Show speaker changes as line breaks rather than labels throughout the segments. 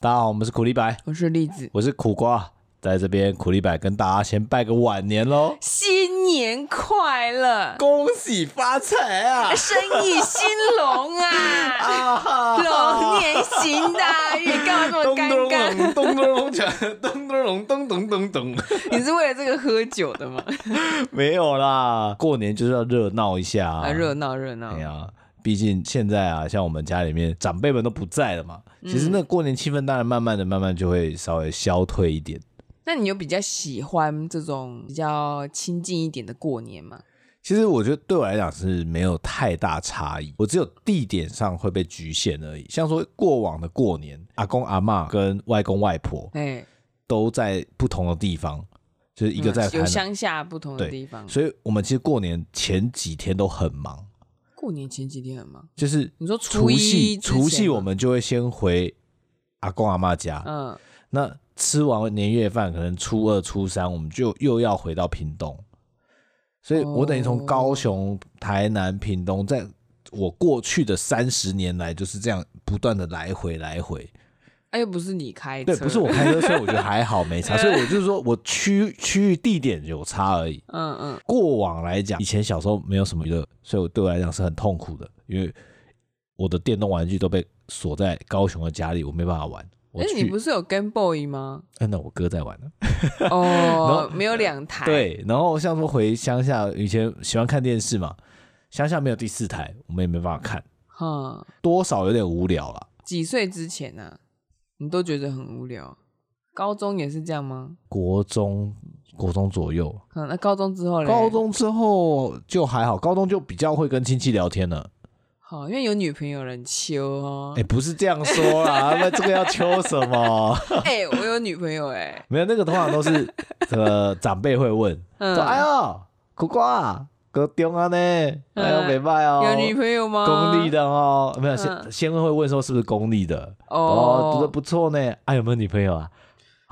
大家好，我们是苦力白，
我是栗子，
我是苦瓜，在这边苦力白跟大家先拜个晚年喽，
新年快乐，
恭喜发财啊！
生意兴隆
啊
啊，
哈
龙年行大运，干嘛这么
咚
尴
咚
尬？
隆，咚咚隆锵，咚咚隆，咚咚咚咚。
你是为了这个喝酒的吗？
没有啦，过年就是要热闹一下啊
啊，热闹热闹
哎，呀，毕竟现在啊，像我们家里面长辈们都不在了嘛，其实那个过年气氛当然慢慢的、慢慢就会稍微消退一点。
那你有比较喜欢这种比较亲近一点的过年吗？
其实我觉得对我来讲是没有太大差异，我只有地点上会被局限而已。像说过往的过年，阿公阿嬷跟外公外婆
哎，
都在不同的地方，就是一个在
嗯
台
有
南，
乡下不同的
对
地方。
所以我们其实过年前几天都很忙，
过年前几天很忙，
就是
你说初
除
一
夕，
之前吗
除夕我们就会先回阿公阿嬷家，
嗯，
那吃完年夜饭，可能初二、初三，我们就又要回到屏东，所以我等于从高雄、台南、屏东，在我过去的三十年来，就是这样不断的来回来回。
哎，又不是你开车，
对，不是我，开车，所以我觉得还好，没 差。所以我就是说我区区域地点有差而已。
嗯嗯，
过往来讲，以前小时候没有什么娱乐，所以我对我来讲是很痛苦的，因为我的电动玩具都被锁在高雄的家里，我没办法玩。我
哎，你
去，
不是有跟 boy 吗？
哎那我哥在玩呢。
哦，没有两台，，
对，然后像说回乡下，以前喜欢看电视嘛，乡下没有第四台，我们也没办法看，
哈，
多少有点无聊啦。
几岁之前啊，你都觉得很无聊。高中也是这样吗？
国中、国中左右，
嗯，那高中之后嘞？
高中之后就还好，高中就比较会跟亲戚聊天了。
好，因为有女朋友了，很秋哦
哎、。不是这样说啦， 那这个要求什么？
哎，我有女朋友哎，
没有，那个通常都 是呃长辈会问，
嗯
说：“哎呦，苦瓜啊，高中啊呢，哎呦，
嗯
没办哦，
有女朋友吗？
公立的哦，没有
嗯
先先会问说是不是公立的
哦
哦，读的不错呢，啊有没有女朋友啊？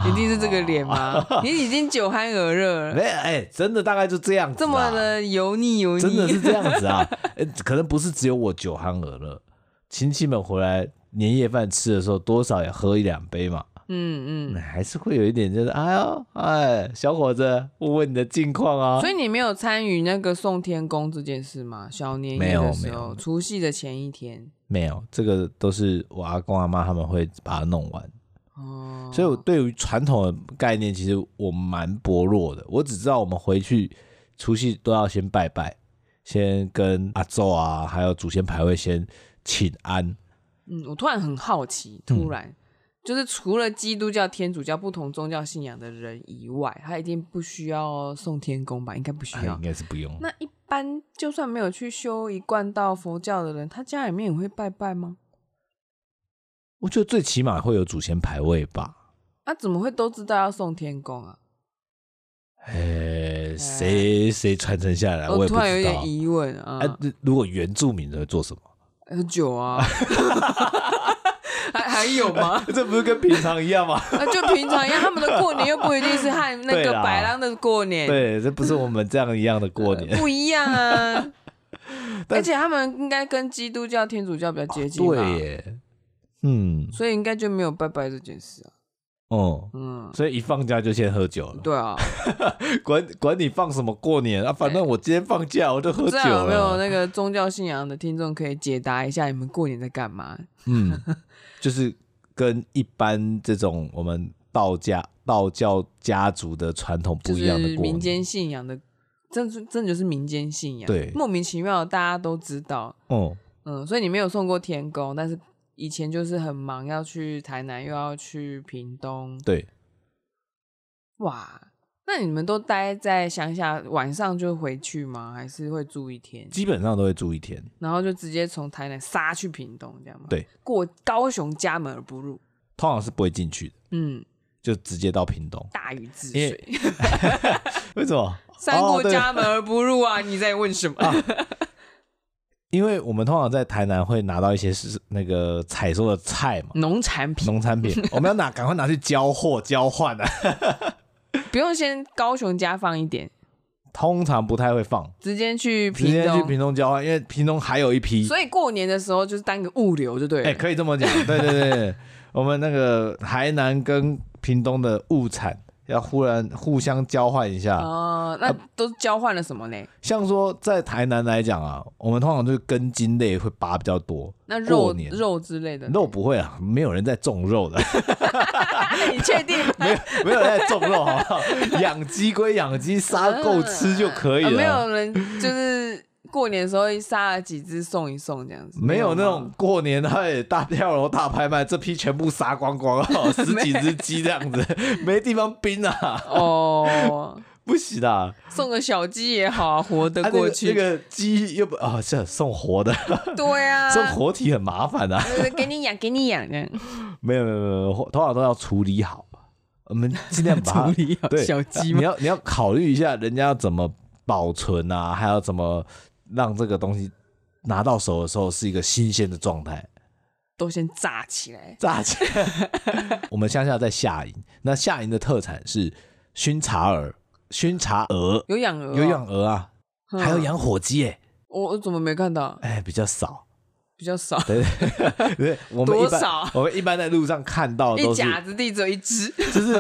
一定是这个脸吗？ 你已经酒酣耳热
没
了，
有哎，真的大概就这样子啊，
嗯这么的油腻油腻，
真的是这样子 啊，哎可能不是只有我酒酣耳热，亲戚们回来年夜饭吃的时候多少也喝一两杯嘛，
嗯嗯。
还是会有一点就是哎呦哎小伙子问问你的近况啊
所，以你没有参与那个送天宫这件事吗？小年
没
夜
有
的时
没
候，
有
除夕的前一天。
没有，这个都是我阿公阿妈他们会把它弄完。
哦，
所以我对于传统的概念，其实我蛮薄弱的。我只知道我们回去除夕都要先拜拜，先跟阿昼啊，还有祖先牌位先请安。
嗯，我突然很好
嗯
奇，突然、就是除了基督教、天主教不同宗教信仰的人以外，他一定不需要送天宫吧？应该不需
哎
要。
应该是不用。
啊那一般就算没有去修一贯道佛教的人，他家里面也会拜拜吗？
我觉得最起码会有祖先牌位吧。
那、啊怎么会都知道要送天宫啊？
哎，谁谁传承下来，哎我也
呃突
不
然有一
知道
点。疑问啊
哎，，那如果原住民会做什么？
喝酒啊，还还有吗？
这不是跟平常一样吗？
啊，就平常一样，他们的过年又不一定是和那
对
个
啦
白狼的过年，
对，这不是我们这样一样的过年。
不一 样啊。
但啊
而且他们应该跟基督教、天主教比较接近吧，
对耶，嗯，
所以应该就没有拜拜这件事啊。
哦，
嗯，
所以一放假就先喝酒了。
对啊，
管管你放什么过年啊，反正我今天放假，我就喝
不
酒
知道有没有
了。
那个宗教信仰的听众可以解答一下，你们过年在干嘛？
嗯，就是跟一般这种我们道家道教家族的传统
就
不一
是
样的过
民
年。
间信仰的，真是真的就是民间信仰，
对
莫名其妙大家都知道，
哦，
嗯，所以你没有送过天宫，但是以前就是很忙，要去台南，又要去屏东，
对，
哇，那你们都待在乡下，晚上就回去吗？还是会住一天，
基本上都会住一天。
然后就直接从台南杀去屏东，这样吗？
对，
过高雄家门而不入，
通常是不会进去的，
嗯，
就直接到屏东。
大禹治
因
水，
为什么？
三
哦
过
对
家门而不入啊！你在问什么？
因为我们通常在台南会拿到一些是那个采收的菜嘛，
农产品
农 产品，我们要拿，赶快拿去交货交换啊。
不用先高雄家放一点，
通常不太会放，
直接去
直
屏
接去
东，
屏东交换，因为屏东还有一批。哎
所以过年的时候就是当个物流就对了。
哎、可以这么讲，对对对，我们那个台南跟屏东的物产要忽然互相交换一下。
哦，那
啊
都交换了什么呢？
像说在台南来讲啊，我们通常就是根茎类会拔比较多，
那
过
肉
年
肉之类的呢
肉？不会啊，没有人在种肉 的，
啊你确定吗？
没有没有人在种肉，好不好？养鸡归养鸡，杀够吃就可以
啊
了。
没有人就是过年的时候杀了几只送一送这样子，
没有那
吗
种过年他也大跳楼大拍卖，这批全部杀光光， 哦十几只鸡这样子，没地方冰啊，
哦，
不行啊！
送个小鸡也好啊，活得
啊
过
那
去。
个那个鸡又不啊，是送活的，
对啊，
送活体很麻烦啊。
就是给你养，给你 养这样。
没有没有没有没有，通常都要处理好，我们尽量把它
处理好
对
小
啊
鸡吗
你要你要考虑一下人家要怎么保存啊，还要怎么让这个东西拿到手的时候是一个新鲜的状态。
都先炸起来，
炸鸡。 我们乡下在下营，那下营的特产是熏茶鹅、熏茶鹅，
有养鹅、
有，养鹅啊，
嗯
还有。养火鸡耶，
我我怎么没看到？
哎，比较少。
比 较少，
对对对，我们一
多
般
少
我们一般在路上看到的
一
都是，
甲子地只有一只。
就是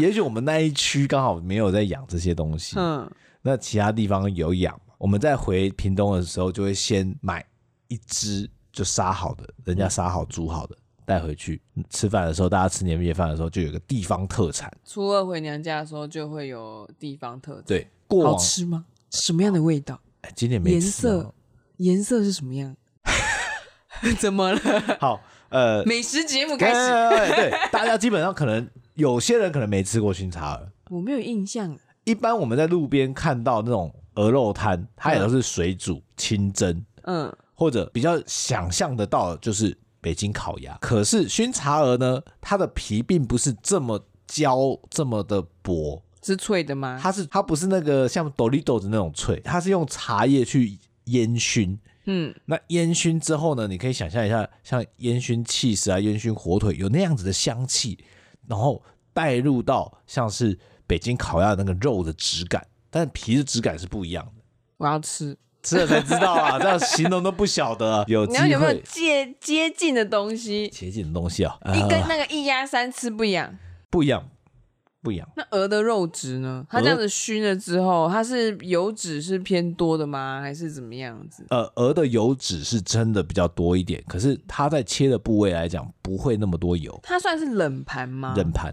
也许我们那一区刚好没有在养这些东西，
嗯，
那其他地方有养。我们在回屏东的时候，就会先买一只就杀好的，人
嗯
家杀好煮好的带回去。吃饭的时候，大家吃年夜饭的时候，就有个地方特产。
初二回娘家的时候就会有地方特产，，
对，过
好
往
吃吗？什么样的味道？
哎今年没
颜
吃
色
到。，
颜色是什么样？啊 怎么了？
好，呃，
美食节目开始，
哎哎哎 对，大家基本上可能有些人可能没吃过熏茶鹅。
我没有印象。
一般我们在路边看到那种鹅肉摊，它也都是水煮、清蒸，
嗯，
或者比较想象得到的就是北京烤鸭。可是熏茶鹅呢，它的皮并不是这么焦、这么的薄，
是脆的吗？
它是它不是那个像 Dorito 的那种脆，它是用茶叶去烟熏。
嗯，
那烟熏之后呢，你可以想象一下，像烟熏 cheese 啊、烟熏火腿有那样子的香气，然后带入到像是北京烤鸭的那个肉的质感，但皮的质感是不一样的。
我要吃。
吃了才知道 啊，这样形容都不晓得。啊有
你
机
要有没有
会
接接近的东西？
切近的东西啊，
一
呃
跟那个一压三吃不一样。
不一样，不一样。
那鹅的肉质呢？它
鹅
这样子熏了之后，它是油脂是偏多的吗？还是怎么样子？
呃，鹅的油脂是真的比较多一点，可是它在切的部位来讲不会那么多油。
它算是冷盘吗？
冷盘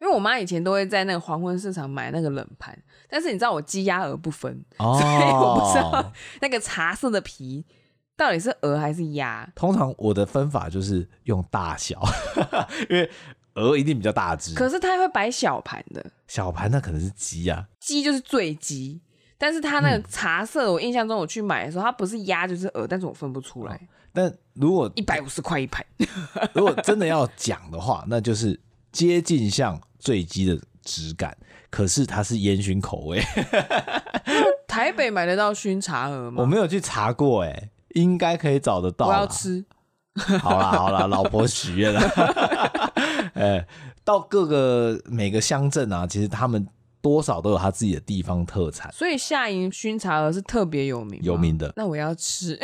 因为我妈以前都会在那个黄昏市场买那个冷盘，但是你知道我鸡鸭鹅不分，
哦，
所以 我不知道那个茶色的皮到底是鹅还是鸭。
通常我的分法就是用大小， 因为鹅一定比较大只，
可是它会摆小盘的，
小盘那可能是鸡啊，
鸡就是醉鸡，但是它那
嗯
个茶色，我印象中我去买的时候，它不是鸭就是鹅，但是我分不出来，
但如果
一百五十块一盘。
如果真的要讲的话， 那就是接近像醉鸡的质感，可是它是烟熏口味，
台北买得到熏茶鹅
我
吗？
没有去查过哎、应该可以找得到
我
啦。
要吃。
好啦好啦，老婆许愿 了。呃、到各个每个乡镇啊，其实他们多少都有他自己的地方特产。
所以夏营熏茶鹅是特别有名，
有名的。
那我要吃，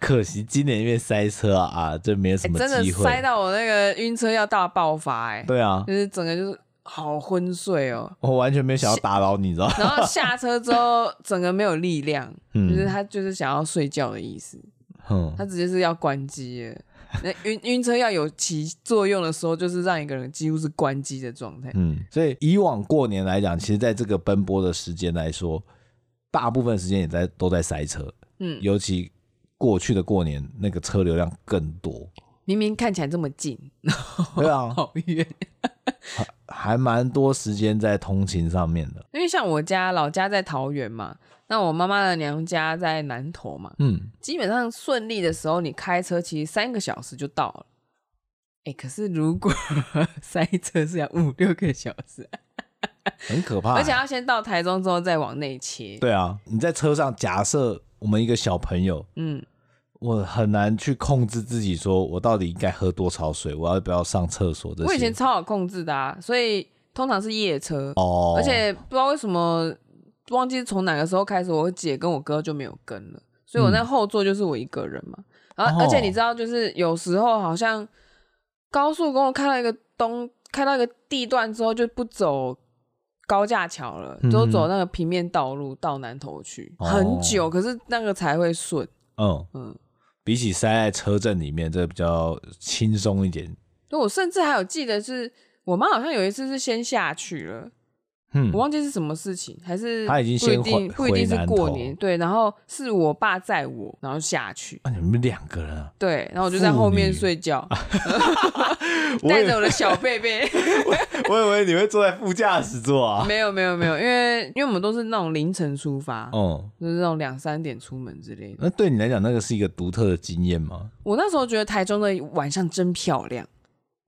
可惜今年因为塞车啊，啊这没有 什
欸
么
真的
机会。
塞到我那个晕车要大爆发、哎，
对啊
就，是整个就是好昏睡哦。
我完全没有想要打扰你，你知 道吗？
然后下车之后，整个没有力量，
嗯
就是他就是想要睡觉的意思，
嗯
他，直接是要关机了。那晕 晕车药有起作用的时候，就是让一个人几乎是关机的状态。
嗯，所以以往过年来讲，其实在这个奔波的时间来说，大部分时间也在都在塞车，
嗯，
尤其过去的过年那个车流量更 多，
明明看起来这么近，
对啊，
好远。
还蛮多时间在通勤上面的。
因为像我家老家在桃园嘛，那我妈妈的娘家在南投嘛，
嗯，
基本上顺利的时候，你开车其实三个小时就到了。哎、可是如果 塞车是要五六个小时，
啊很可怕、
而且要先到台中之后再往内切。
对啊，你在车上，假设我们一个小朋友，
嗯，
我很难去控制自己，说我到底应该喝多少水，我要不要上厕所这些。
我以前超好控制的啊，所以通常是夜车，
哦，
而且不知道为什么，忘记从哪个时候开始，我姐跟我哥就没有跟了，所以我那后座就是我一个人嘛。然后，
嗯哦
而且你知道，就是有时候好像高速公路开到一个东，开到一个地段之后就不走高架桥了，
嗯
都走那个平面道路到南头去，
哦
很久，可是那个才会顺。
嗯，
嗯，
比起塞在车阵里面，这个比较轻松一点。
就我甚至还有记得是我妈好像有一次是先下去了，
嗯
我，忘记是什么事情，还是
她已经
不一
先
定
回
不一定
回
是
南
过
投
年对，然后是我爸载我，然后下去。
啊，你们两个人啊，
对，然后我就在后面
妇女啊
睡觉，
我
带
以
着我的小贝贝。
我以为你会坐在副驾驶座 啊。
没有没有没有，因为因为我们都是那种凌晨出发，
嗯，
就是那种两三点出门之类的。
那对你来讲，那个是一个独特的经验吗？
我那时候觉得台中的晚上真漂亮，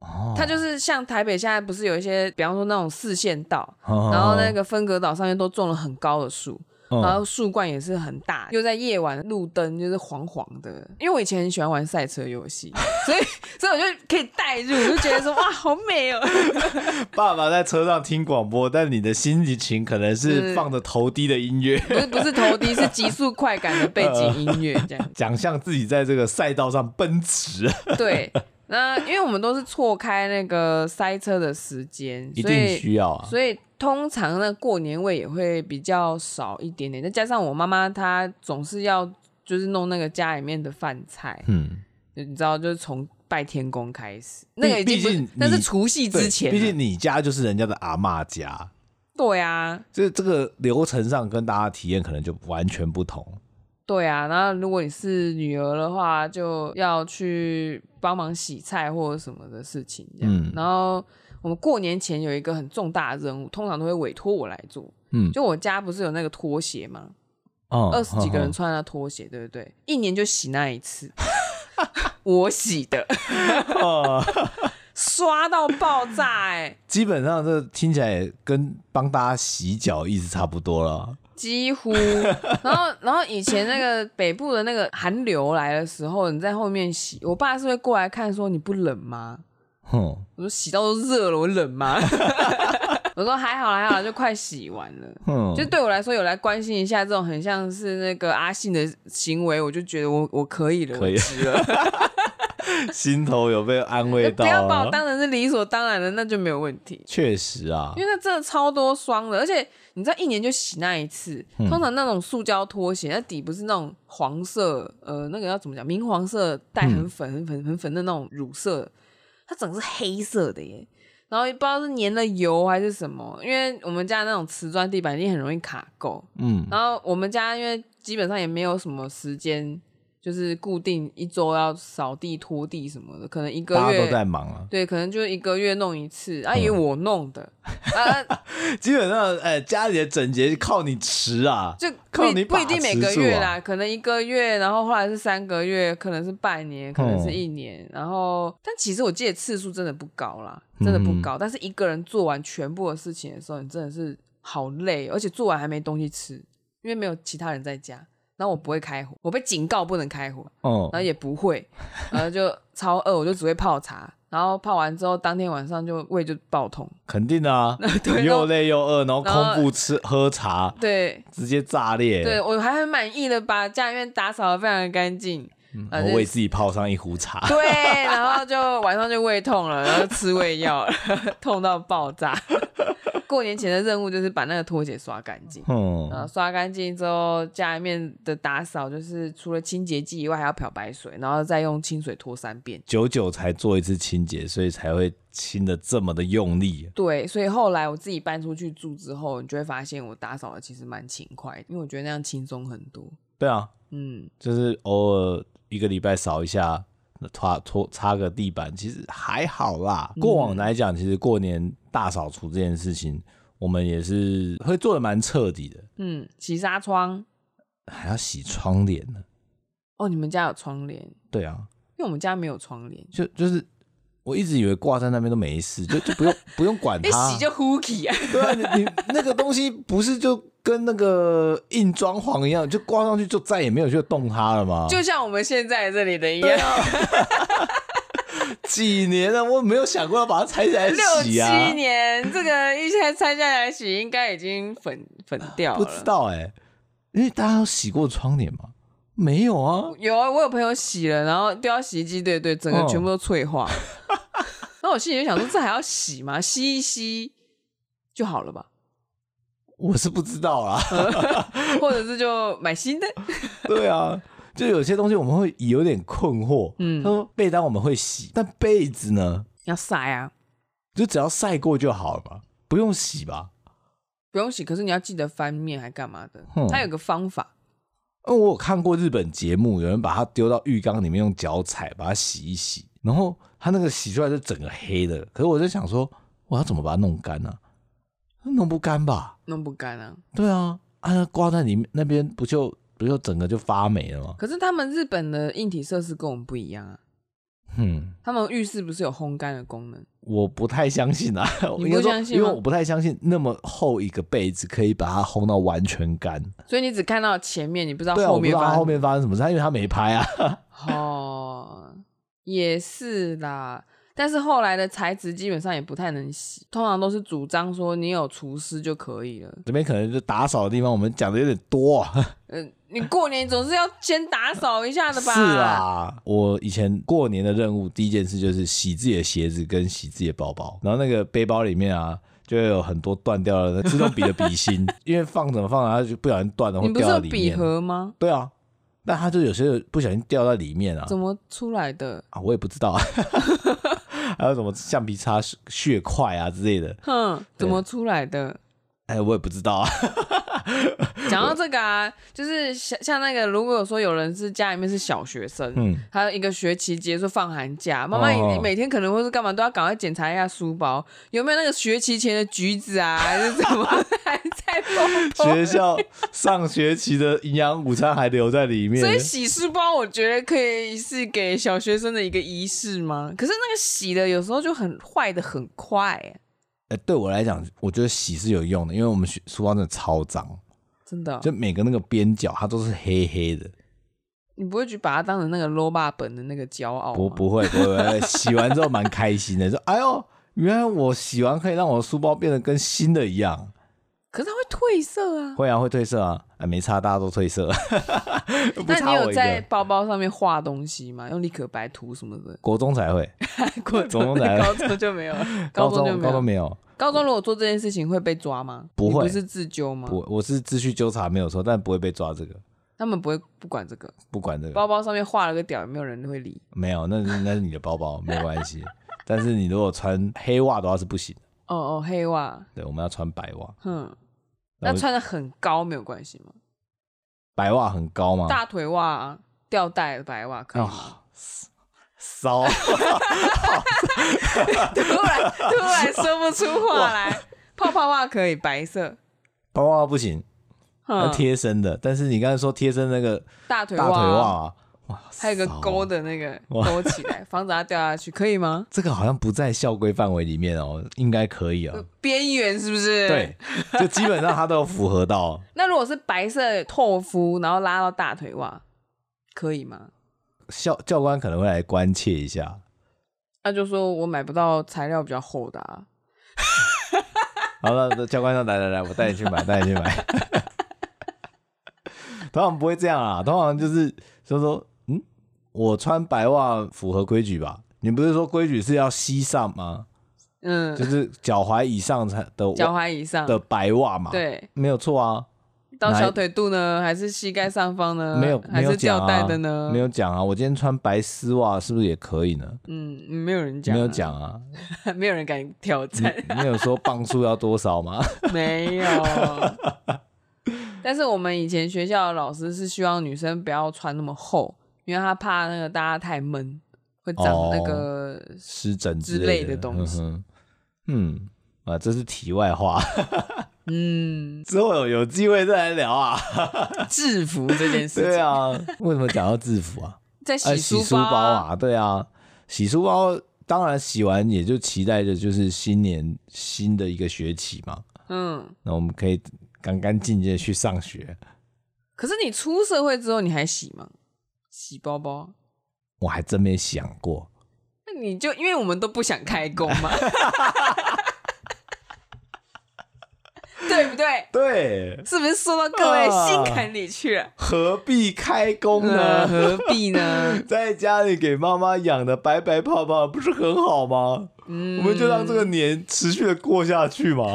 哦，
它就是像台北现在不是有一些，比方说那种四线道，
哦，
然后那个分隔岛上面都种了很高的树，
嗯，
然后树冠也是很大，又在夜晚路灯就是黄黄的。因为我以前很喜欢玩赛车游戏， 所以所以我就可以带入，我就觉得说哇，好美哦。
爸爸在车上听广播，但你的心情可能是
是
放着头低的音乐，
不是不是头低，是极速快感的背景音乐这样。
想象自己在这个赛道上奔驰。
对，那因为我们都是错开那个塞车的时间，
一
所
定
以
需要啊。
所以通常呢过年味也会比较少一点点，再加上我妈妈她总是要就是弄那个家里面的饭菜，
嗯，
就你知道，就是从拜天公开始，那个已经
毕
不
竟
是
你
那是除夕
对
之前了，
毕竟你家就是人家的阿嬷家，
对啊。
这这个流程上跟大家体验可能就完全不同。
对啊，然后如果你是女儿的话，就要去帮忙洗菜或者什么的事情这样。
嗯
然后我们过年前有一个很重大的任务，通常都会委托我来做。
嗯，哦
就我家不是有那个拖鞋吗？
二
二十几个人穿的拖鞋，对不对？一年就洗那一次， 我洗的，
哦，
刷到爆炸哎、
基本上这听起来跟帮大家洗脚意思差不多了。
几乎， 然后然后以前那个北部的那个寒流来的时候，你在后面洗，我爸是会过来看说你不冷吗？
哼，
我说洗到都热了，我冷吗？ 我说还好啦还好啦，就快洗完了。
哼
就对我来说，有来关心一下这种很像是那个阿信的行为，我就觉得我我可以了，
可以
我值了。
心头有被安慰到
不要把我
啊。
当成是理所当然的，那就没有问题。
确实啊
因，为那真的超多双的，而且你知道一年就洗那一次。
嗯
通常那种塑胶拖鞋，那底不是那种黄色，呃，那个要怎么讲？明黄色带
嗯
很粉、很粉、很粉的那种乳色，它整个是黑色的耶。然后也不知道是粘了油还是什么，因为我们家那种瓷砖地板一定很容易卡垢。
嗯，
然后我们家因为基本上也没有什么时间，就是固定一周要扫地、拖地什么的，可能一个
大家
月
都在忙啊。
对，可能就一个月弄一次，
嗯
啊，也我弄的，啊，
基本上，哎，家里的整洁靠你吃啊。
就不
靠
一
你
不
把
一定每
持
个
住
月
啊
啦，可能一个月，然后后来是三个月，可能是半年，可能是
嗯
一年，然后但其实我记得次数真的不高啦，真的不
嗯
高，但是一个人做完全部的事情的时候，你真的是好累，哦而且做完还没东西吃，因为没有其他人在家。然后我不会开火，我被警告不能开火，
嗯
然后也不会，然后就超饿，我就只会泡茶，然后泡完之后当天晚上就胃就爆痛，，
肯定的 啊
对然后
又累又饿，然后
然后
空腹吃喝茶，
对，
直接炸裂，
对我还很满意的把家里面打扫的非常的干净，
然
然
后
后
为
就
自己泡上一壶 茶。
对，然后就晚上就胃痛了，然后吃胃药了， 痛到爆炸。 过年前的任务就是把那个拖鞋刷干净，然
嗯
后刷干净之后，家里面的打扫就是除了清洁剂以外，还要漂白水，然后再用清水拖三遍。
久久才做一次清洁，所以才会清的这么的用力。
对，所以后来我自己搬出去住之后，你就会发现我打扫的其实蛮勤快的，因为我觉得那样轻松很多。
对啊，
嗯，
就是偶尔一个礼拜扫一下，擦拖擦个地板，其实还好啦。
嗯
过往来讲，其实过年大扫除这件事情，我们也是会做的蛮彻底的，
嗯，洗纱窗
还要洗窗帘呢。
哦，你们家有窗帘？因
对啊，
为我们家没有窗帘，
就就是我一直以为挂在那边都没事，就就不用不用管 它。
一洗就 hooky 啊，
对啊，你你那个东西不是就跟那个硬装潢一样，就挂上去就再也没有去动它了吗？
就像我们现在这里的一样，
几年了，我没有想过要把它拆起来
六
洗啊
七，年这个一下拆下来洗，应该已经粉粉掉
不
了。
知道哎、因为大家有洗过窗帘吗？没有啊，
有啊，我有朋友洗了，然后丢到洗衣机，对对，整个
哦
全部都脆化。 那我心里就想说，这还要洗吗？吸一吸就好了吧，
我是不知道啊啦。
或者是就买新的。
对啊，就有些东西我们会有点困惑。
嗯
他，说被单我们会洗，但被子呢，
要晒啊，
就只要晒过就好了吧，不用洗吧？
不用洗，可是你要记得翻面还干嘛的
嗯？
它有个方法，
因哦为我有看过日本节目，有人把它丢到浴缸里面用脚踩把它洗一洗，然后它那个洗出来是整个黑的。可是我在想说，我要怎么把它弄干呢、弄不干吧？
弄不干啊。
对啊，啊那挂在你们那边不就不就整个就发霉了吗？
可是他们日本的硬体设施跟我们不一样啊，
嗯，
他们浴室不是有烘干的功能？
我不太相信啊，
你不
应该说
相信
因为
吗
我不太相信那么厚一个被子可以把它烘到完全干。
所以你只看到前面，你不知道
对啊，我
后
不知
面
道
发
它
生
后面发生什么事，因为它没拍啊。
哦，也是啦。但是后来的材质基本上也不太能洗，通常都是主张说你有除湿就可以了。
这边可能就打扫的地方，我们讲的有点多、啊。
嗯、你过年总是要先打扫一下的吧？
是，啊，我以前过年的任务第一件事就是洗自己的鞋子跟洗自己的包包，然后那个背包里面啊。就会有很多断掉的自动笔的笔 芯，因为放怎么放啊，它就不小心断了，会
你不是
掉到
有
里面。
笔盒吗？
对啊，但它就有些不小心掉在里面啊，
怎么出来的？
啊，我也不知道啊， 还有什么橡皮擦血血块啊之类的，
哼，
对
怎么出来的？
哎，我也不知道啊，
讲 到这个啊，就是像像那个，如果有说有人是家里面是小学生，
嗯，
他一个学期结束放寒假，妈妈
哦
也每天可能会是干嘛都要赶快检查一下书包有没有那个学期前的橘子啊，还是怎么还在包包
学校上学期的营养午餐还留在里面
所，以洗书包，我觉得可以是给小学生的一个仪式吗？可是那个洗的有时候就很坏的很快、
哎，对我来讲，我觉得洗是有用的，因为我们学书包真的超脏，
真的哦、
就每个那个边角它都是黑黑的，
你不会去把它当成那个 l o b a 本的那个骄傲吗
不不会不会，不会洗完之后蛮开心的，说哎呦，原来我洗完可以让我的书包变得跟新的一样，
可是它会褪色啊。
会啊会褪色啊，哎没差，大家都褪色， 不
那你
差我
有
一
在
个。
包包上面画东西吗？用立可白涂什么 的？
国中才 会，
高
中才
高中就没有了，
高
中就没
高
有
中。没有，
高中如果做这件事情会被抓吗？
不会
你不是自纠吗？
我我是秩序纠察没有错，但不会被抓这个，
他们不会不管这个，
不管这个，
包包上面画了个屌，有没有人会理？
没有，那那是你的包包，没关系。 但是你如果穿黑袜的话是不行的，
哦哦，黑袜，
对，我们要穿白袜。
哼，
然
嗯那
后
穿的很高没有关系吗？
白袜很高吗？
大腿袜、啊、吊带的白袜可以吗？
啊，骚
突然突然说不出话来，泡泡袜可以，白色，
白袜不行，那
哼，
贴身的。但是你刚才说贴身那个
大嗯腿
大腿袜
袜啊，
啊，哇，
还有个
骚
勾，的那个
哇
勾起来，防止它掉下去，可以吗？
这个好像不在校规范围里面哦，应该可以啊。
边缘是不是？。
对，就基本上它都有符合到。
那如果是白色透肤，然后拉到大腿袜，可以吗？
校教官可能会来关切一下，
他就说我买不到材料比较厚的、啊，
好了，那教官说：“来来来，我带你去买，带你去买。”通常不会这样啊，通常就是就说：“嗯，我穿白袜符合规矩吧？你不是说规矩是要膝上吗？
嗯
就，是脚踝以上才的
脚
袜
踝以上，
的白袜嘛？，
对，
没有错啊，
到
哪一
小腿肚呢，还是膝盖上方呢？
没有
呃还
没有
是
讲
吊带
啊
的呢？
没有讲啊。我今天穿白丝袜是不是也可以呢？
嗯，嗯，没有人讲、
没有，讲啊，
没有人敢挑战，
你没有说磅数要多少吗？
没有。但是我们以前学校的老师是希望女生不要穿那么厚，因为他怕那个大家太闷，会长
哦
那个
湿疹
之
类
类的东西
嗯哼嗯啊，这是题外话。
嗯
之后有有机会再来聊 啊。
制服这件事情。
对啊，为什么讲到制服啊？
在
呃，
洗
洗书
包
包，啊，对啊，洗书包。当然，洗完也就期待着就是新年新的一个学期嘛，
嗯。
那我们可以干干净净的去上学。
可是你出社会之后，你还洗吗？洗包包？
我还真没想过，
那你就因为我们都不想开工 嘛，对不对？
对，
是不是说到各位心坎里去了？
何必开工
那
呢？
何必呢？
在家里给妈妈养的白白胖胖，不是很好吗？ 我们就让
嗯
这个年持续的过下去 嘛。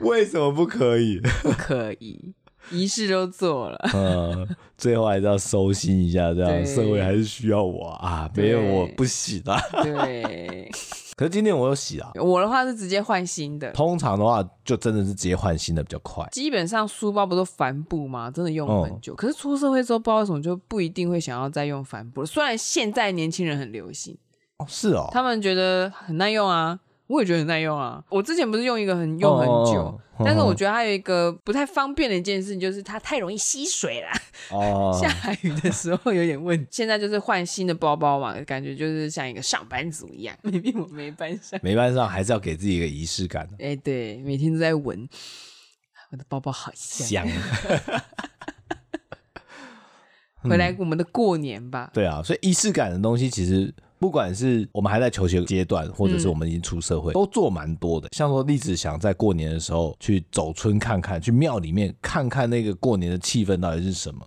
为什么不可以？
不可以，仪式都做了，
嗯，最后还是要收心一下，这样
对
社会还是需要我啊，没有我不行啊。
对。
可是今天我有洗啊，
我的话是直接换新的，
通常的话就真的是直接换新的比较快。
基本上书包不都帆布吗？真的用很
哦
久。可是出社会之后，不知道为什么就不一定会想要再用帆布了。虽然现在年轻人很流行，
哦，是哦，
他们觉得很耐用啊，我也觉得很耐用啊。我之前不是用一个很用很久，
哦
但是我觉得还有一个不太方便的一件事，就是它太容易吸水啦。
哦，
下雨的时候有点问题。现在就是换新的包包嘛，感觉就是像一个上班族一样。明明我没班 上，
没办法，还是要给自己一个仪式 感，啊
哎、对，每天都在闻我的包包好香。
香。
回来我们的过年吧，
对啊，所以仪式感的东西，其实不管是我们还在求学阶段，或者是
嗯
我们已经出社会，都做蛮多的。像说栗子想在过年的时候去走村看看，去庙里面看看那个过年的气氛到底是什么。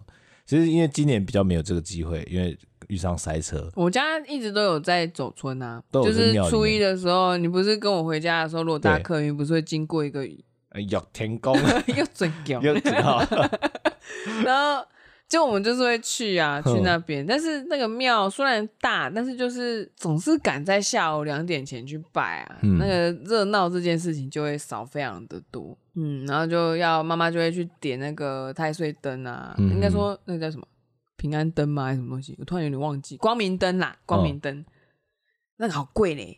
其实因为今年比较没有这个机会，因为遇上塞车。
我家一直都有在走村啊，
都有
就
在
是
庙里
初
面
一的时候，你不是跟我回家的时候，如果搭
对
客运，不是会经过一个
呃有天公，
又准 狗，
又知道
然后就我们就是会去啊，
哼
去那边。但是那个庙虽然大，但是就是总是赶在下午两点前去拜啊，
嗯
那个热闹这件事情就会少非常的多。嗯，然后就要妈妈就会去点那个太岁灯啊，
嗯
应该说那个叫什么平安灯吗？还是什么东西？我突然有点忘记，光明灯啦，
哦
光明灯，那个好贵嘞，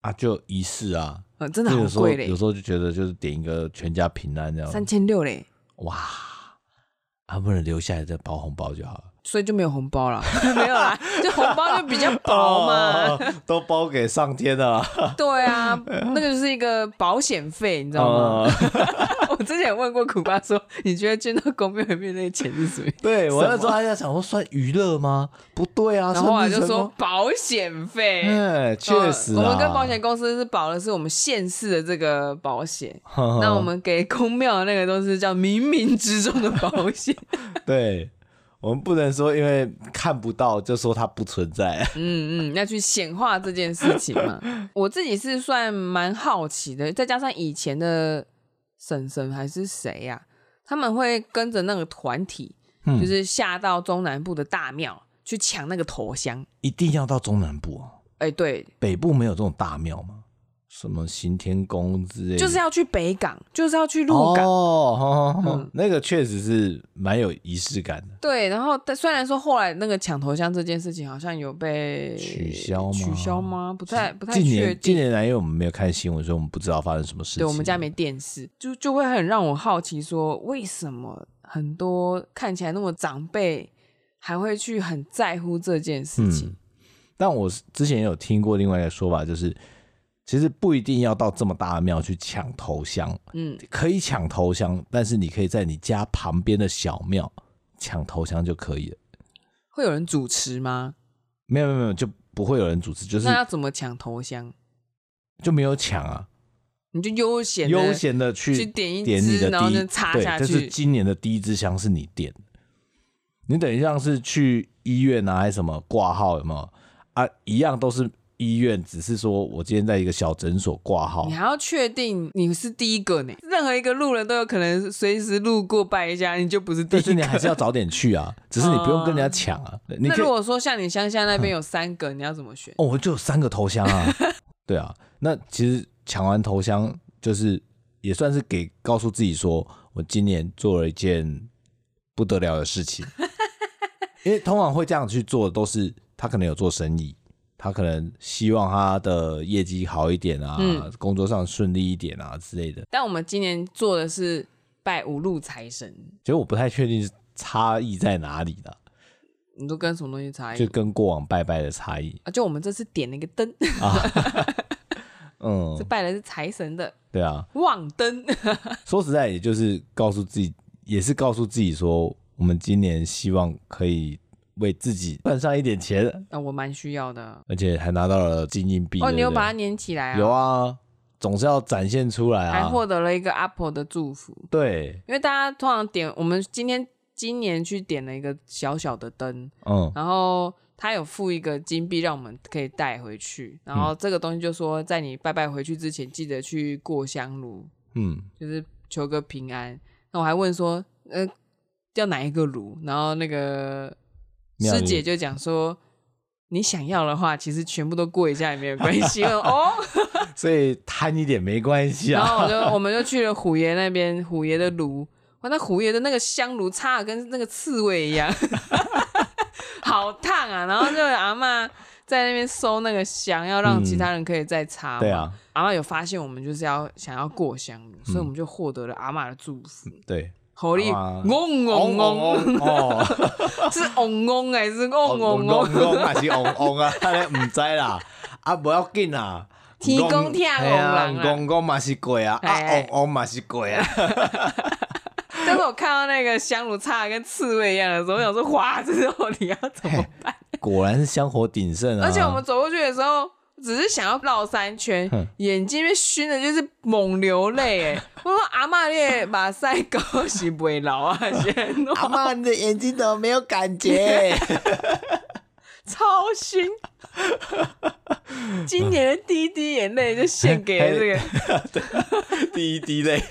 啊，就仪式啊。
呃，真的
就
好
有时候
贵嘞
有，时候就觉得就是点一个全家平安这
三
样，
千六嘞，
哇，啊，不能留下来再包红包就好了。
所以就没有红包啦， 没有啦，就红包就比较薄嘛。
哦，都包给上天了啊。
对 啊，那个就是一个保险费，你知道吗？
嗯
我之前有问过苦爸说，你觉得捐到公庙里面那些钱是什么？
对我
什
那时候
么
还在想说，算娱乐吗？不对啊，
然后后来
算
就
日程
说
吗，
保险费。
哎，确实、啊
我们跟保险，公司是保的是我们县市的这个保险，那
那
我们给公庙的那个都是叫冥冥之中的保险。
对，我们不能说因为看不到就说它不存在。
嗯嗯，要去显化这件事情嘛。我自己是算蛮好奇的，再加上以前的婶婶还是谁呀、他们会跟着那个团体，
嗯
就是下到中南部的大庙去抢那个头香。
一定要到中南部、哦，
哎、对，
北部没有这种大庙吗？什么行天宫之类的，
就是要去北港，就是要去鹿港。
哦，好好好
嗯
那个确实是蛮有仪式感的。
对，然后但虽然说后来那个抢头香这件事情好像有被
取消吗
取消吗？不太不太
近
确
年近
定。
年来，因为我们没有看新闻，所以我们不知道发生什么事情。
对我们家没电视，就就会很让我好奇说，为什么很多看起来那么长辈还会去很在乎这件
嗯
事情？
但我是之前也有听过另外一个说法，就是其实不一定要到这么大的庙去抢头香，
嗯，
可以抢头香，但是你可以在你家旁边的小庙抢头香就可以了。
会有人主持吗？
没有没有没有，就不会有人组织，就是
那要怎么抢头香？
就没有抢啊，
你就悠闲地
悠闲的去
去点一支
点你的
然后
第一
就插
对，
下
这是
去
今年的第一支香是你点的，你等于像是去医院啊还是什么挂号有没有啊？一样都是医院，只是说我今天在一个小诊所挂号
你，还要确定你是第一个呢，任何一个路人都有可能随时路过拜一下，你就不是第
但
一
是你
个。
还是要早点去啊，只是你不用跟人家抢 啊。你
那
可以嗯
如，果说像你乡下那边有三个，你要怎么选？
哦，我就有三个头香啊。对啊，那其实抢完头香，就是也算是给告诉自己说，我今年做了一件不得了的事情。因为通常会这样去做，都是他可能有做生意，他可能希望他的业绩好一点啊，
嗯
工作上顺利一点啊之类的。
但我们今年做的是拜五路财神，
其实我不太确定差异在哪里啦，
你都跟什么东西差异？
就跟过往拜拜的差异
啊，就我们这次点了一个灯，
嗯
是，
哦
拜的是财神的
对啊，
旺灯，
说实在，也就是告诉自己，也是告诉自己说，我们今年希望可以为自己赚上一点钱，
啊，我蛮需要的。
而且还拿到了金硬币。
哦，你
对
有
不对
把它粘起来啊？
有，啊，总是要展现出来
还
啊。
获得了一个 Apple 的祝福，
对，
因为大家通常点，我们今天今年去点了一个小小的灯，
嗯，
然后。他有付一个金币让我们可以带回去，然
嗯
后这个东西就说，在你拜拜回去之前，记得去过香炉，
嗯，
就是求个平安。那我还问说，呃，要哪一个炉？然后那个
妙
师
龄
姐就讲说，你想要的话，其实全部都过一下也没有关系哦。
所以贪一点没关系
然
啊。
后我就我们就去了虎爷那边，虎爷的炉，哇，那虎爷的那个香炉插的跟那个刺猬一样， 好烫啊！然后就有阿嬷在那边收那个香，要让其他人可以再插、
嗯对，啊，
阿嬷有发现我们就是要想要过香炉，所以我们就获得了阿嬷的祝福。
对，
狐狸
阿嬷
嗡嗡
嗡
嗡，
哦，
是嗡嗡还是嗡
嗡
嗡嗡？
嗡嗡，还是嗡嗡啊？大家唔知啦，啊不要紧啦。
天公听
嘿
戆
啊
人啦
戆戆嘛是鬼啊，啊
嘿
戆戆嘛是鬼啊，
但是我看到那个香炉插的跟刺猬一样的时候，我想说，哇， 这时候你要怎么办？
果然是香火鼎盛啊。
而且我们走过去的时候，只是想要绕三圈
哼，
眼睛被熏的就是猛流泪。哎，我说阿妈列马赛狗是不会老啊，现在 弄
阿妈，你的眼睛怎么没有感 觉？
超熏。今年的第一滴眼泪就献给了这个，
第一滴泪，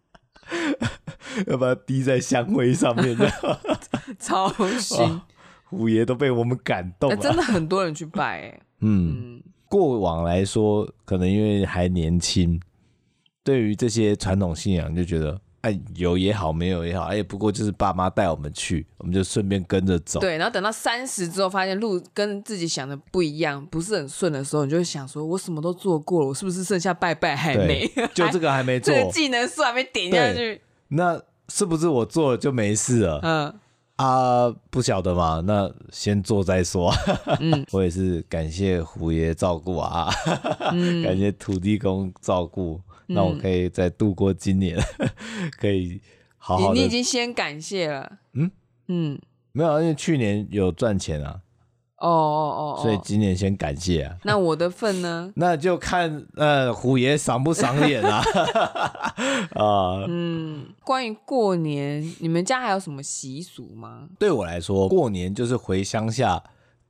要把它滴在香灰上面。
超熏。
虎爷都被我们感动
哎，
了。
真的很多人去拜，哎，
嗯，
嗯，
过往来说，可能因为还年轻，对于这些传统信仰就觉得，哎，有也好，没有也好，哎，不过就是爸妈带我们去，我们就顺便跟着走。
对。然后等到三十之后，发现路跟自己想的不一样，不是很顺的时候，你就会想说，我什么都做过了，我是不是剩下拜拜还没
对？， 就这个还没做
这，个技能树还没点下去，
那是不是我做了就没事了？
嗯，
啊，不晓得嘛，那先做再说。
嗯
我也是感谢虎爷照顾啊，
嗯
感谢土地公照顾，那我可以再度过今年， 可以好好
你你已
的。
经先感谢了，
嗯
嗯，
没有啊，因为去年有赚钱啊，
哦哦哦，
所以
哦
今年先感谢啊。
那我的份呢？
那就看呃虎爷赏不赏脸啊。 啊、
嗯，关于过年，你们家还有什么习俗吗？
对我来说，过年就是回乡下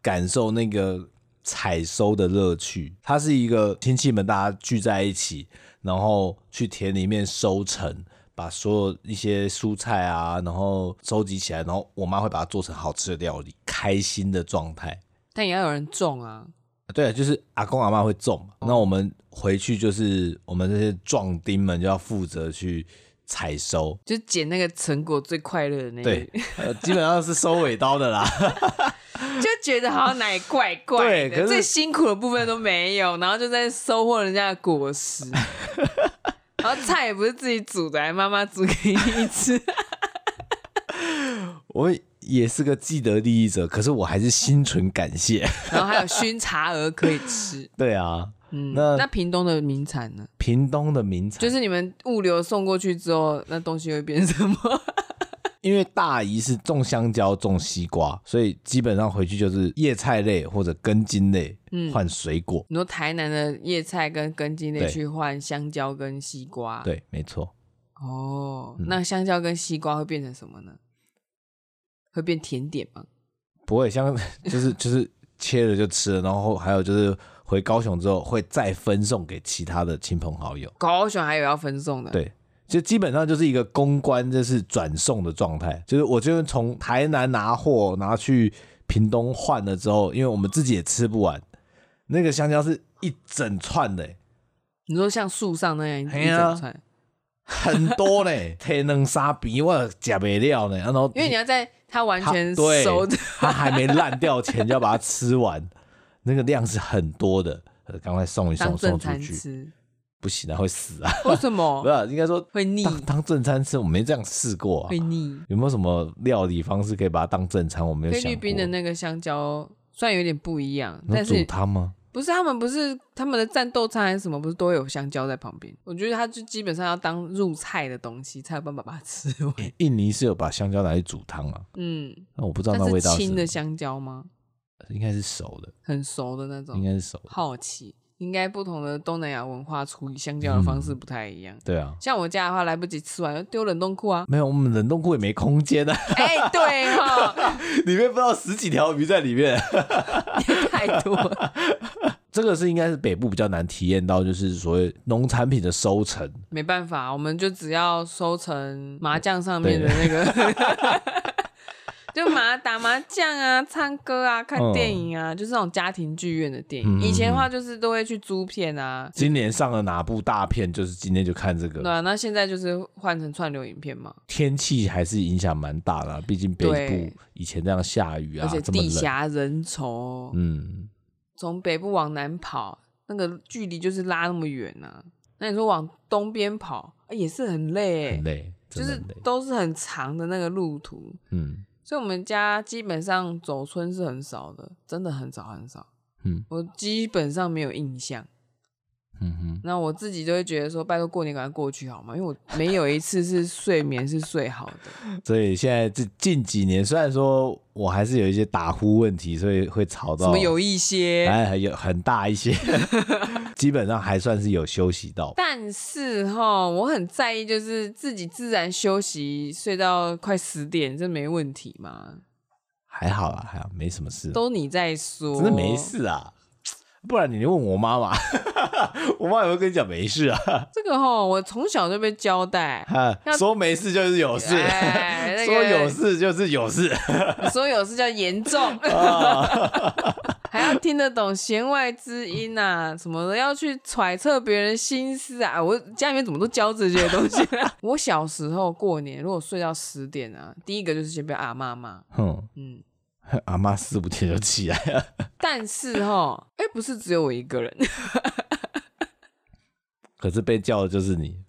感受那个采收的乐趣。它是一个亲戚们大家聚在一起，然后去田里面收成，把所有一些蔬菜啊，然后收集起来，然后我妈会把它做成好吃的料理，开心的状态。
但也要有人种啊，
对啊，就是阿公阿妈会种嘛，那我们回去就是我们这些壮丁们就要负责去采收。
就捡那个成果最快乐的那
对
个，，
呃，基本上是收尾刀的啦。
就觉得好像哪里怪怪
对可
的，
是
最辛苦的部分都没有，然后就在收获人家的果 实。然后菜也不是自己煮的，还妈妈煮给 你吃。
我也是个既得利益者，可是我还是心存感 谢。
然后还有熏茶鹅可以吃。
对啊，
嗯，
那哎
那屏东的名产呢？
屏东的名产，
就是你们物流送过去之后，那东西会变什么？
因为大姨是种香蕉、种西瓜，所以基本上回去就是叶菜类或者根茎类换水果。
你说台南的叶菜跟根茎类
对
去换香蕉跟西瓜，，
对，嗯没错，
哦，那香蕉跟西瓜会变成什么呢？会变甜点吗？
不会 像就是就是切了就吃了，然后还有就是回高雄之后会再分送给其他的亲朋好友。
高雄还有要分送的，，
对，就基本上就是一个公关，就是转送的状态。就是我就是从台南拿货拿去屏东换了之后，因为我们自己也吃不完，那个香蕉是一整串的、欸
你说像树上那样一
嘿
一
啊
整串，
很多 呢、天能沙比我夹不了呢、然后
因为你要在它完
它
全
对
熟的，
它还没烂掉前就要把它吃完，那个量是很多的。呃赶快送一
当
送，
正
送出
餐
去
吃，哦
不行啊，会死啊！
为什
不
么
是啊，应该说
会腻？
当当正餐吃，我没这样试过啊
会。腻。
有没有什么料理方式可以把它当正餐？我没有
菲
想过。
律宾的那个香蕉虽然有点不一样，
那
但
煮
是
汤吗？
不是他们不是他们的战斗餐还是什么，不是都有香蕉在旁边？我觉得它就基本上要当入菜的东西，才有办法把它吃完。
诶印尼是有把香蕉拿去煮汤啊，
嗯，
那我不知道
但
那味
是
道是
青的香蕉吗？
应该是熟的，
很熟的那种
应，该是熟的。
好奇。应该不同的东南亚文化处理
嗯
香蕉的方式不太一样。
对啊，。
像我家的话，来不及吃完就丢冷冻库 啊
没有，我们冷冻库也没空间啊，
哎、对哈，
里面不知道十几条鱼在里面。
也太多了，
这个是应该是北部比较难体验到，就是所谓农产品的收成。
没办法，我们就只要收成麻将上面的那个， 就麻打麻将啊、唱歌啊、看电影啊，就是那种家庭剧院的电影。
嗯
以前的话就是都会去租片啊，
今年上了哪部大片？就是今天就看这
对
个。
啊，那现在就是换成串流影片嘛，
天气还是影响蛮大的啊、毕竟北
对
部以前这样下雨
而
啊
且，
这么
地
冷。
狭人稠，
嗯，
从北部往南跑，那个距离就是拉那么远呐、啊。那你说往东边跑、啊也是很累、欸
很，累，
就
真的
是
很累。
都是很长的那个路途，
嗯
所以我们家基本上走村是很少的，真的很少很少。
嗯
我基本上没有印象，
嗯哼，
那我自己就会觉得说，拜托过年赶快过去好吗？因为我没有一次是睡眠是睡好 的，
所以现在这近几年，虽然说我还是有一些打呼问题，所以会吵
怎
到
么有一些，
哎很有很大一些， 基本上还算是有休息到。
但是哈，我很在意，就是自己自然休息，睡到快十点，这没问题
嗯
嘛？
还好啦，还好，没什么事，
都你在说，
真的没。事啊。不然你问我妈 妈，我妈也会跟你讲没事啊。，
这个哈，我从小就被交代
哈
要
说没事 就是 有事，
哎那个
说有事就是有事。
所有事叫严重， 还要听得懂弦外之音呐、什么的，要去揣测别人心思啊。我家里面怎么都教这些东西、啊？我小时候过年，如果睡到十点啊，第一个就是先被阿妈骂，
哼，
嗯。
阿妈四五点就起来了，
但是哈，哎、不是只有我一个人，
可是被叫的就是你。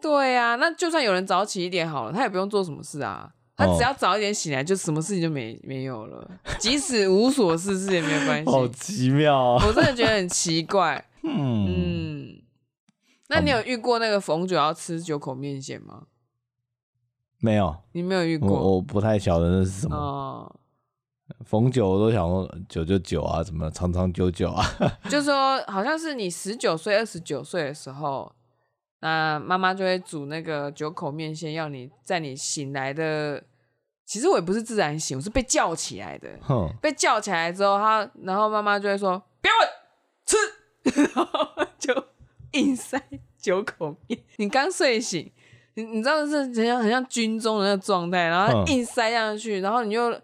对呀、那就算有人早起一点好了，他也不用做什么事啊。他只要早一点醒来，就什么事情就没没有了，即使无所事事也没有关系。
好奇妙哦。
我真的觉得很奇怪，
嗯，
嗯。那你有遇过那个逢九要吃九口面线吗？
没有，
你没有遇
我
过
我不太晓得那是什么。
哦，
逢九我都想说九九九啊，什么长长久久啊。
就说好像是你十九岁、二十九岁的时候，那妈妈就会煮那个九口面线，要你在你醒来的，其实我也不是自然醒，我是被叫起来的。
哼，
被叫起来之后，他然后妈妈就会说：“别问，吃。” 然后就硬塞九口面。你刚睡醒，你你知道是很像很像军中的那个状态，然后
嗯
硬塞上去，然后你又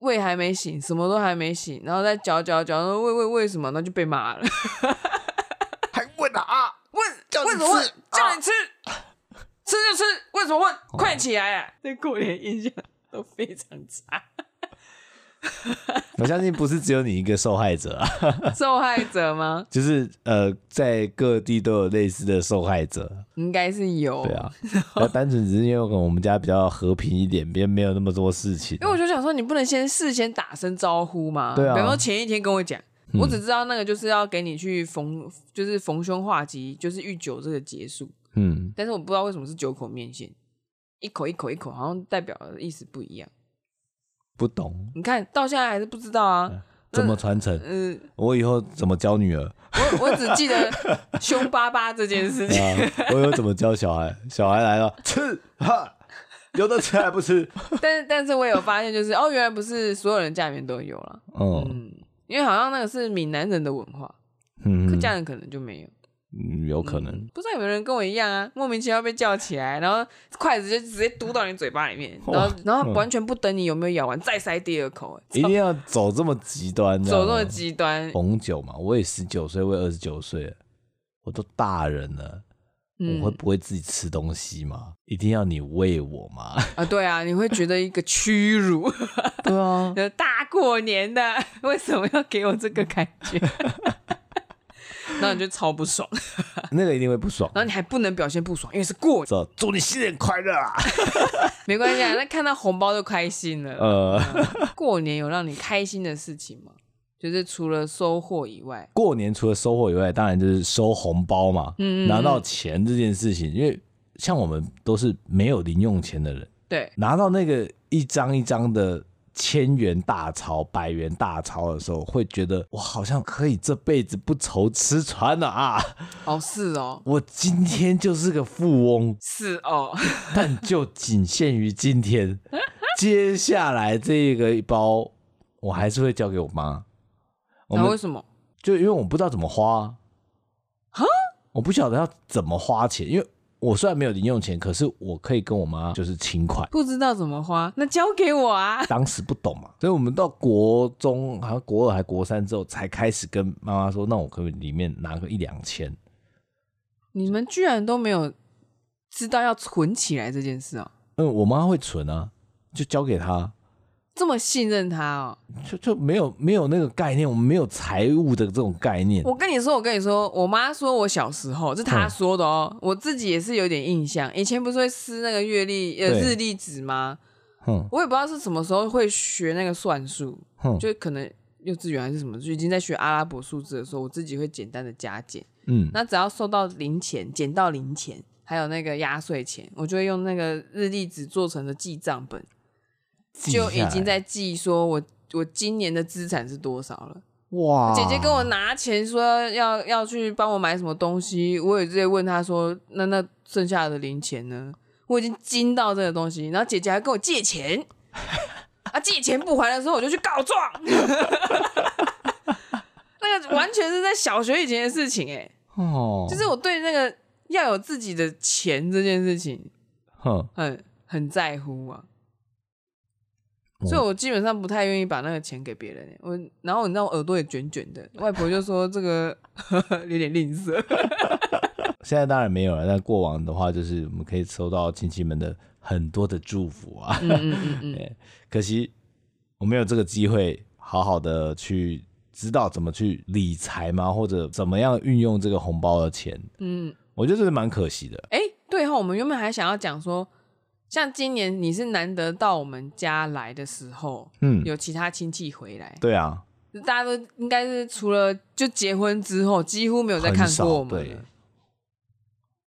胃还没醒，什么都还没醒，然后再嚼嚼嚼，然后喂喂喂什么，那就被骂 了。
还问啊啊？
问
叫你
为什么问
吃？
叫你吃，吃就吃，为什么问？快点起来啊！
哦
对过年印象都非常差。
我相信不是只有你一个受害者啊，
受害者吗？
就是呃，在各地都有类似的受害者。
应该是有。
对啊，那单纯只是因为可能我们家比较和平一点，边没有那么多事情
因。为我就想说，你不能先事先打声招呼嘛？
对啊嗯
比方说前一天跟我讲，我只知道那个就是要给你去逢，就是逢凶化吉，就是御酒这个结束。
嗯，
但是我不知道为什么是九口面线，一口一口一口，好像代表的意思不一样。
不懂
你看到现在还是不知道啊。
怎么传承，
嗯，
我以后怎么教女儿啊
呃我我只记得凶巴巴这件事情。
啊？我以后怎么教小孩？小孩来了，吃哈，有的吃还不吃？
但是但是我有发现，就是哦，原来不是所有人家里面都有啦。
嗯
嗯，因为好像那个是闽南人的文化，客
嗯，
家人可能就没有。
嗯有可能
嗯。不知道有没有人跟我一样啊，莫名其妙被叫起来，然后筷子就直接嘟到你嘴巴里面，
哇
然后然后
嗯哎
完全不等你有没有咬完，再塞第二口，
一定要走这么极端，
走这么极端，
红酒嘛，我也十九岁，我也二十九岁了，我都大人了，
嗯
我会不会自己吃东西嘛？一定要你喂我吗？
啊，对啊，你会觉得一个屈辱，
对啊，
呃 大过年的为什么要给我这个感觉？ 然后你就超不爽，
那个一定会不爽。
然后你还不能表现不爽，因为是过年，
走，祝你新年快乐啊！
没关系啊，那看到红包就开心了。
呃，
过年有让你开心的事情吗？就是除了收获以外，
过年除了收获以外，当然就是收红包嘛，拿到钱这件事情，因为像我们都是没有零用钱的人，
对，
拿到那个一张一张的千元大钞、百元大钞的时候，会觉得我好像可以这辈子不愁吃穿了啊！
哦，是哦，
我今天就是个富翁，
是哦，
但就仅限于今天。接下来这个一包，我还是会交给我妈。我
那
们
为什么？
就因为我不知道怎么花啊，我不晓得要怎么花钱，因为我虽然没有零用钱，可是我可以跟我妈就是请款。
不知道怎么花，那交给我啊。
当时不懂嘛，所以我们到国中，好像国二还国三之后，才开始跟妈妈说，那我可不可以里面拿个一两千？
你们居然都没有知道要存起来这件事哦，
嗯，我妈会存啊，就交给她，
这么信任他哦。
就就没有没有那个概念，我们没有财务的这种概念。
我跟你说，我跟你说，我妈说我小时候这是她
嗯
说的哦，我自己也是有点印象。以前不是会撕那个月历呃
对
日历纸吗？
哼
我也不知道是什么时候会学那个算术，
哼，
就可能幼稚园还是什么，就已经在学阿拉伯数字的时候，我自己会简单的加减。
嗯
那只要收到零钱，捡到零钱，还有那个压岁钱，我就会用那个日历纸做成的记账本，
记
就
下
已
来
经在记说我我今年的资产是多少了。
哇，
姐姐跟我拿钱说要要去帮我买什么东西，我也直接问她说：“那那剩下的零钱呢？”我已经惊到这个东西，然后姐姐还跟我借钱，啊，借钱不还的时候我就去告状， 那个完全是在小学以前的事情哎、
哦，
就是我对那个要有自己的钱这件事情
哼，
很很在乎啊，
嗯
所以我基本上不太愿意把那个钱给别人欸、我然后你知道我耳朵也卷卷 的，外婆就说这个 有点吝啬，
现在当然没有了，但过往的话，就是我们可以收到亲戚们的很多的祝福啊。
嗯嗯嗯 嗯，
可惜我没有这个机会好好的去知道怎么去理财嘛，或者怎么样运用这个红包的钱。
嗯，
我觉得这是蛮可惜的。
哎、对哈、我们原本还想要讲说，像今年你是难得到我们家来的时候，
嗯，
有其他亲戚回来，
对啊，
大家都应该是除了就结婚之后，几乎没有再看
很少
过我们
对
了。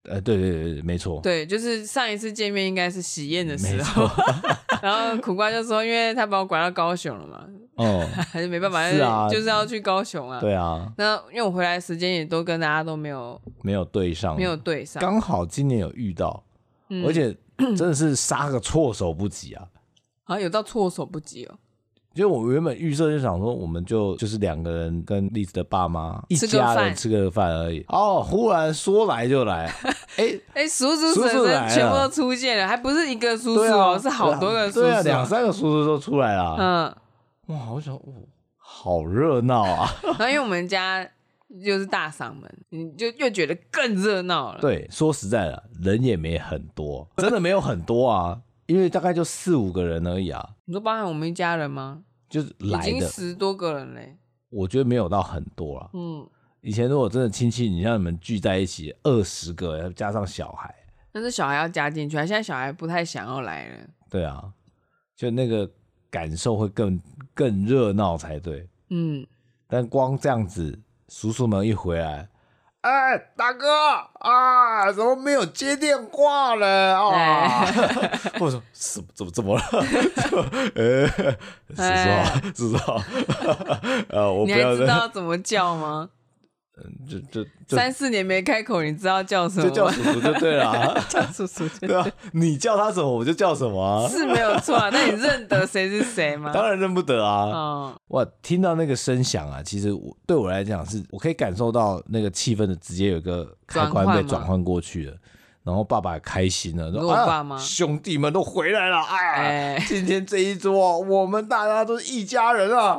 呃，对对对对，没错，
对，就是上一次见面应该是哦喜宴的
没
时候，
错，
然后苦瓜就说，因为他把我拐到高雄了嘛，
哦，
还是没办法，
是啊
就是要去高雄啊。
对啊，
那因为我回来的时间也都跟大家都没有
没有对上，
没有对上，
刚好今年有遇到，
嗯
而 且真的是杀个措手不及啊！
好像有到措手不及哦，
就我原本预设就想说，我们就就是两个人跟栗子的爸妈一
吃个
家人
饭
吃个饭而已。哦，忽然说来就 来，哎、
哎，叔叔
叔
婶
叔来
婶
了
全部都出现了，还不是一个叔叔
对
哦，
啊，
是好多个叔叔
对啊，
哦，
两三个叔叔都出来了。
嗯，
哇，我想，哇，好热闹啊！
然后因为我们家就是大嗓门，你就又觉得更热闹了。
对，说实在的，人也没很多，真的没有很多啊，因为大概就四五个人而已啊，
你说包含我们一家人吗？
就是
已
来
经
的，
十多个人嘞，
我觉得没有到很多啊。
嗯，
以前如果真的亲戚，你像你们聚在一起二十个，加上小孩，
但是小孩要加进去，啊现在小孩不太想要来了。
对啊，就那个感受会更更热闹才对。
嗯，
但光这样子，叔叔们一回来，哎、大哥啊，怎么没有接电话了啊？ 我说怎么怎么怎么了？呃，
哎
叔叔啊，叔叔啊，呃，我不
你还
要
知道怎么叫吗？
就就 就
三四年没开口，你知道叫什么
就
吗？
叫叔叔就对了 啊，
叫叔叔就
对啊，你叫他什么我就叫什么啊、
是没有错啊。那你认得谁是谁吗？
当然认不得啊。
哦，
哇，听到那个声响啊，其实我对我来讲是，我可以感受到那个气氛的直接有一个开关
转换
被
嘛
转换过去了。然后爸爸也开心了，
你
说
说我
啊
爸吗
兄弟们都回来了，哎、
哎、
今天这一桌我们大家都是一家人啊。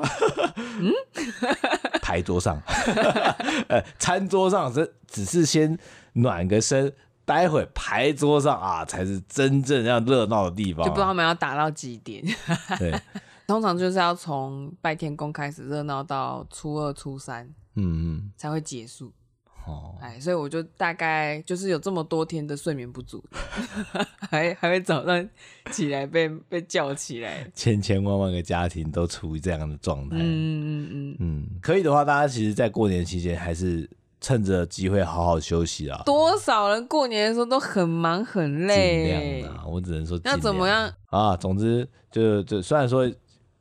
嗯
牌桌上， 呃，餐桌上这只是先暖个身，待会牌桌上啊才是真正要热闹的地方、啊
就不知道他们要打到几点。
对，
通常就是要从拜天公开始热闹到初二、初三
嗯嗯，
才会结束。
哦，
哎，所以我就大概就是有这么多天的睡眠不足， 还还会早上起来被被叫起来。
千千万万个家庭都处于这样的状态。嗯
嗯嗯嗯，
可以的话，大家其实，在过年期间还是趁着机会好好休息啊，
多少人过年的时候都很忙很
尽量
累，
啊，我只能说尽
那
量
怎么样？
啊？总之，就就虽然说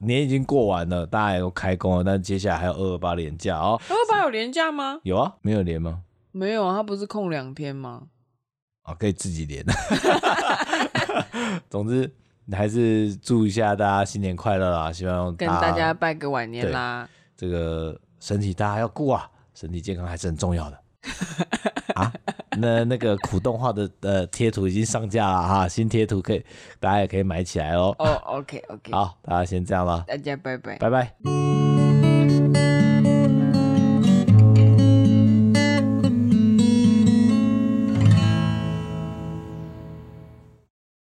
年已经过完了，大家也都开工了，但接下来还有二二八连假哦。
二八有连假吗？
有啊，没有连吗？
没有啊，他不是空两天吗？
啊，可以自己 连。总之，还是祝一下大家新年快乐啦！希望
跟大家拜个晚年
对
啦。
这个身体大家要顾啊，身体健康还是很重要的啊。那那个苦动画的呃贴图已经上架了哈，新贴图可以大家也可以买起来哦。
哦、o k OK，
好，大家先这样啦，
大家拜拜。
拜拜。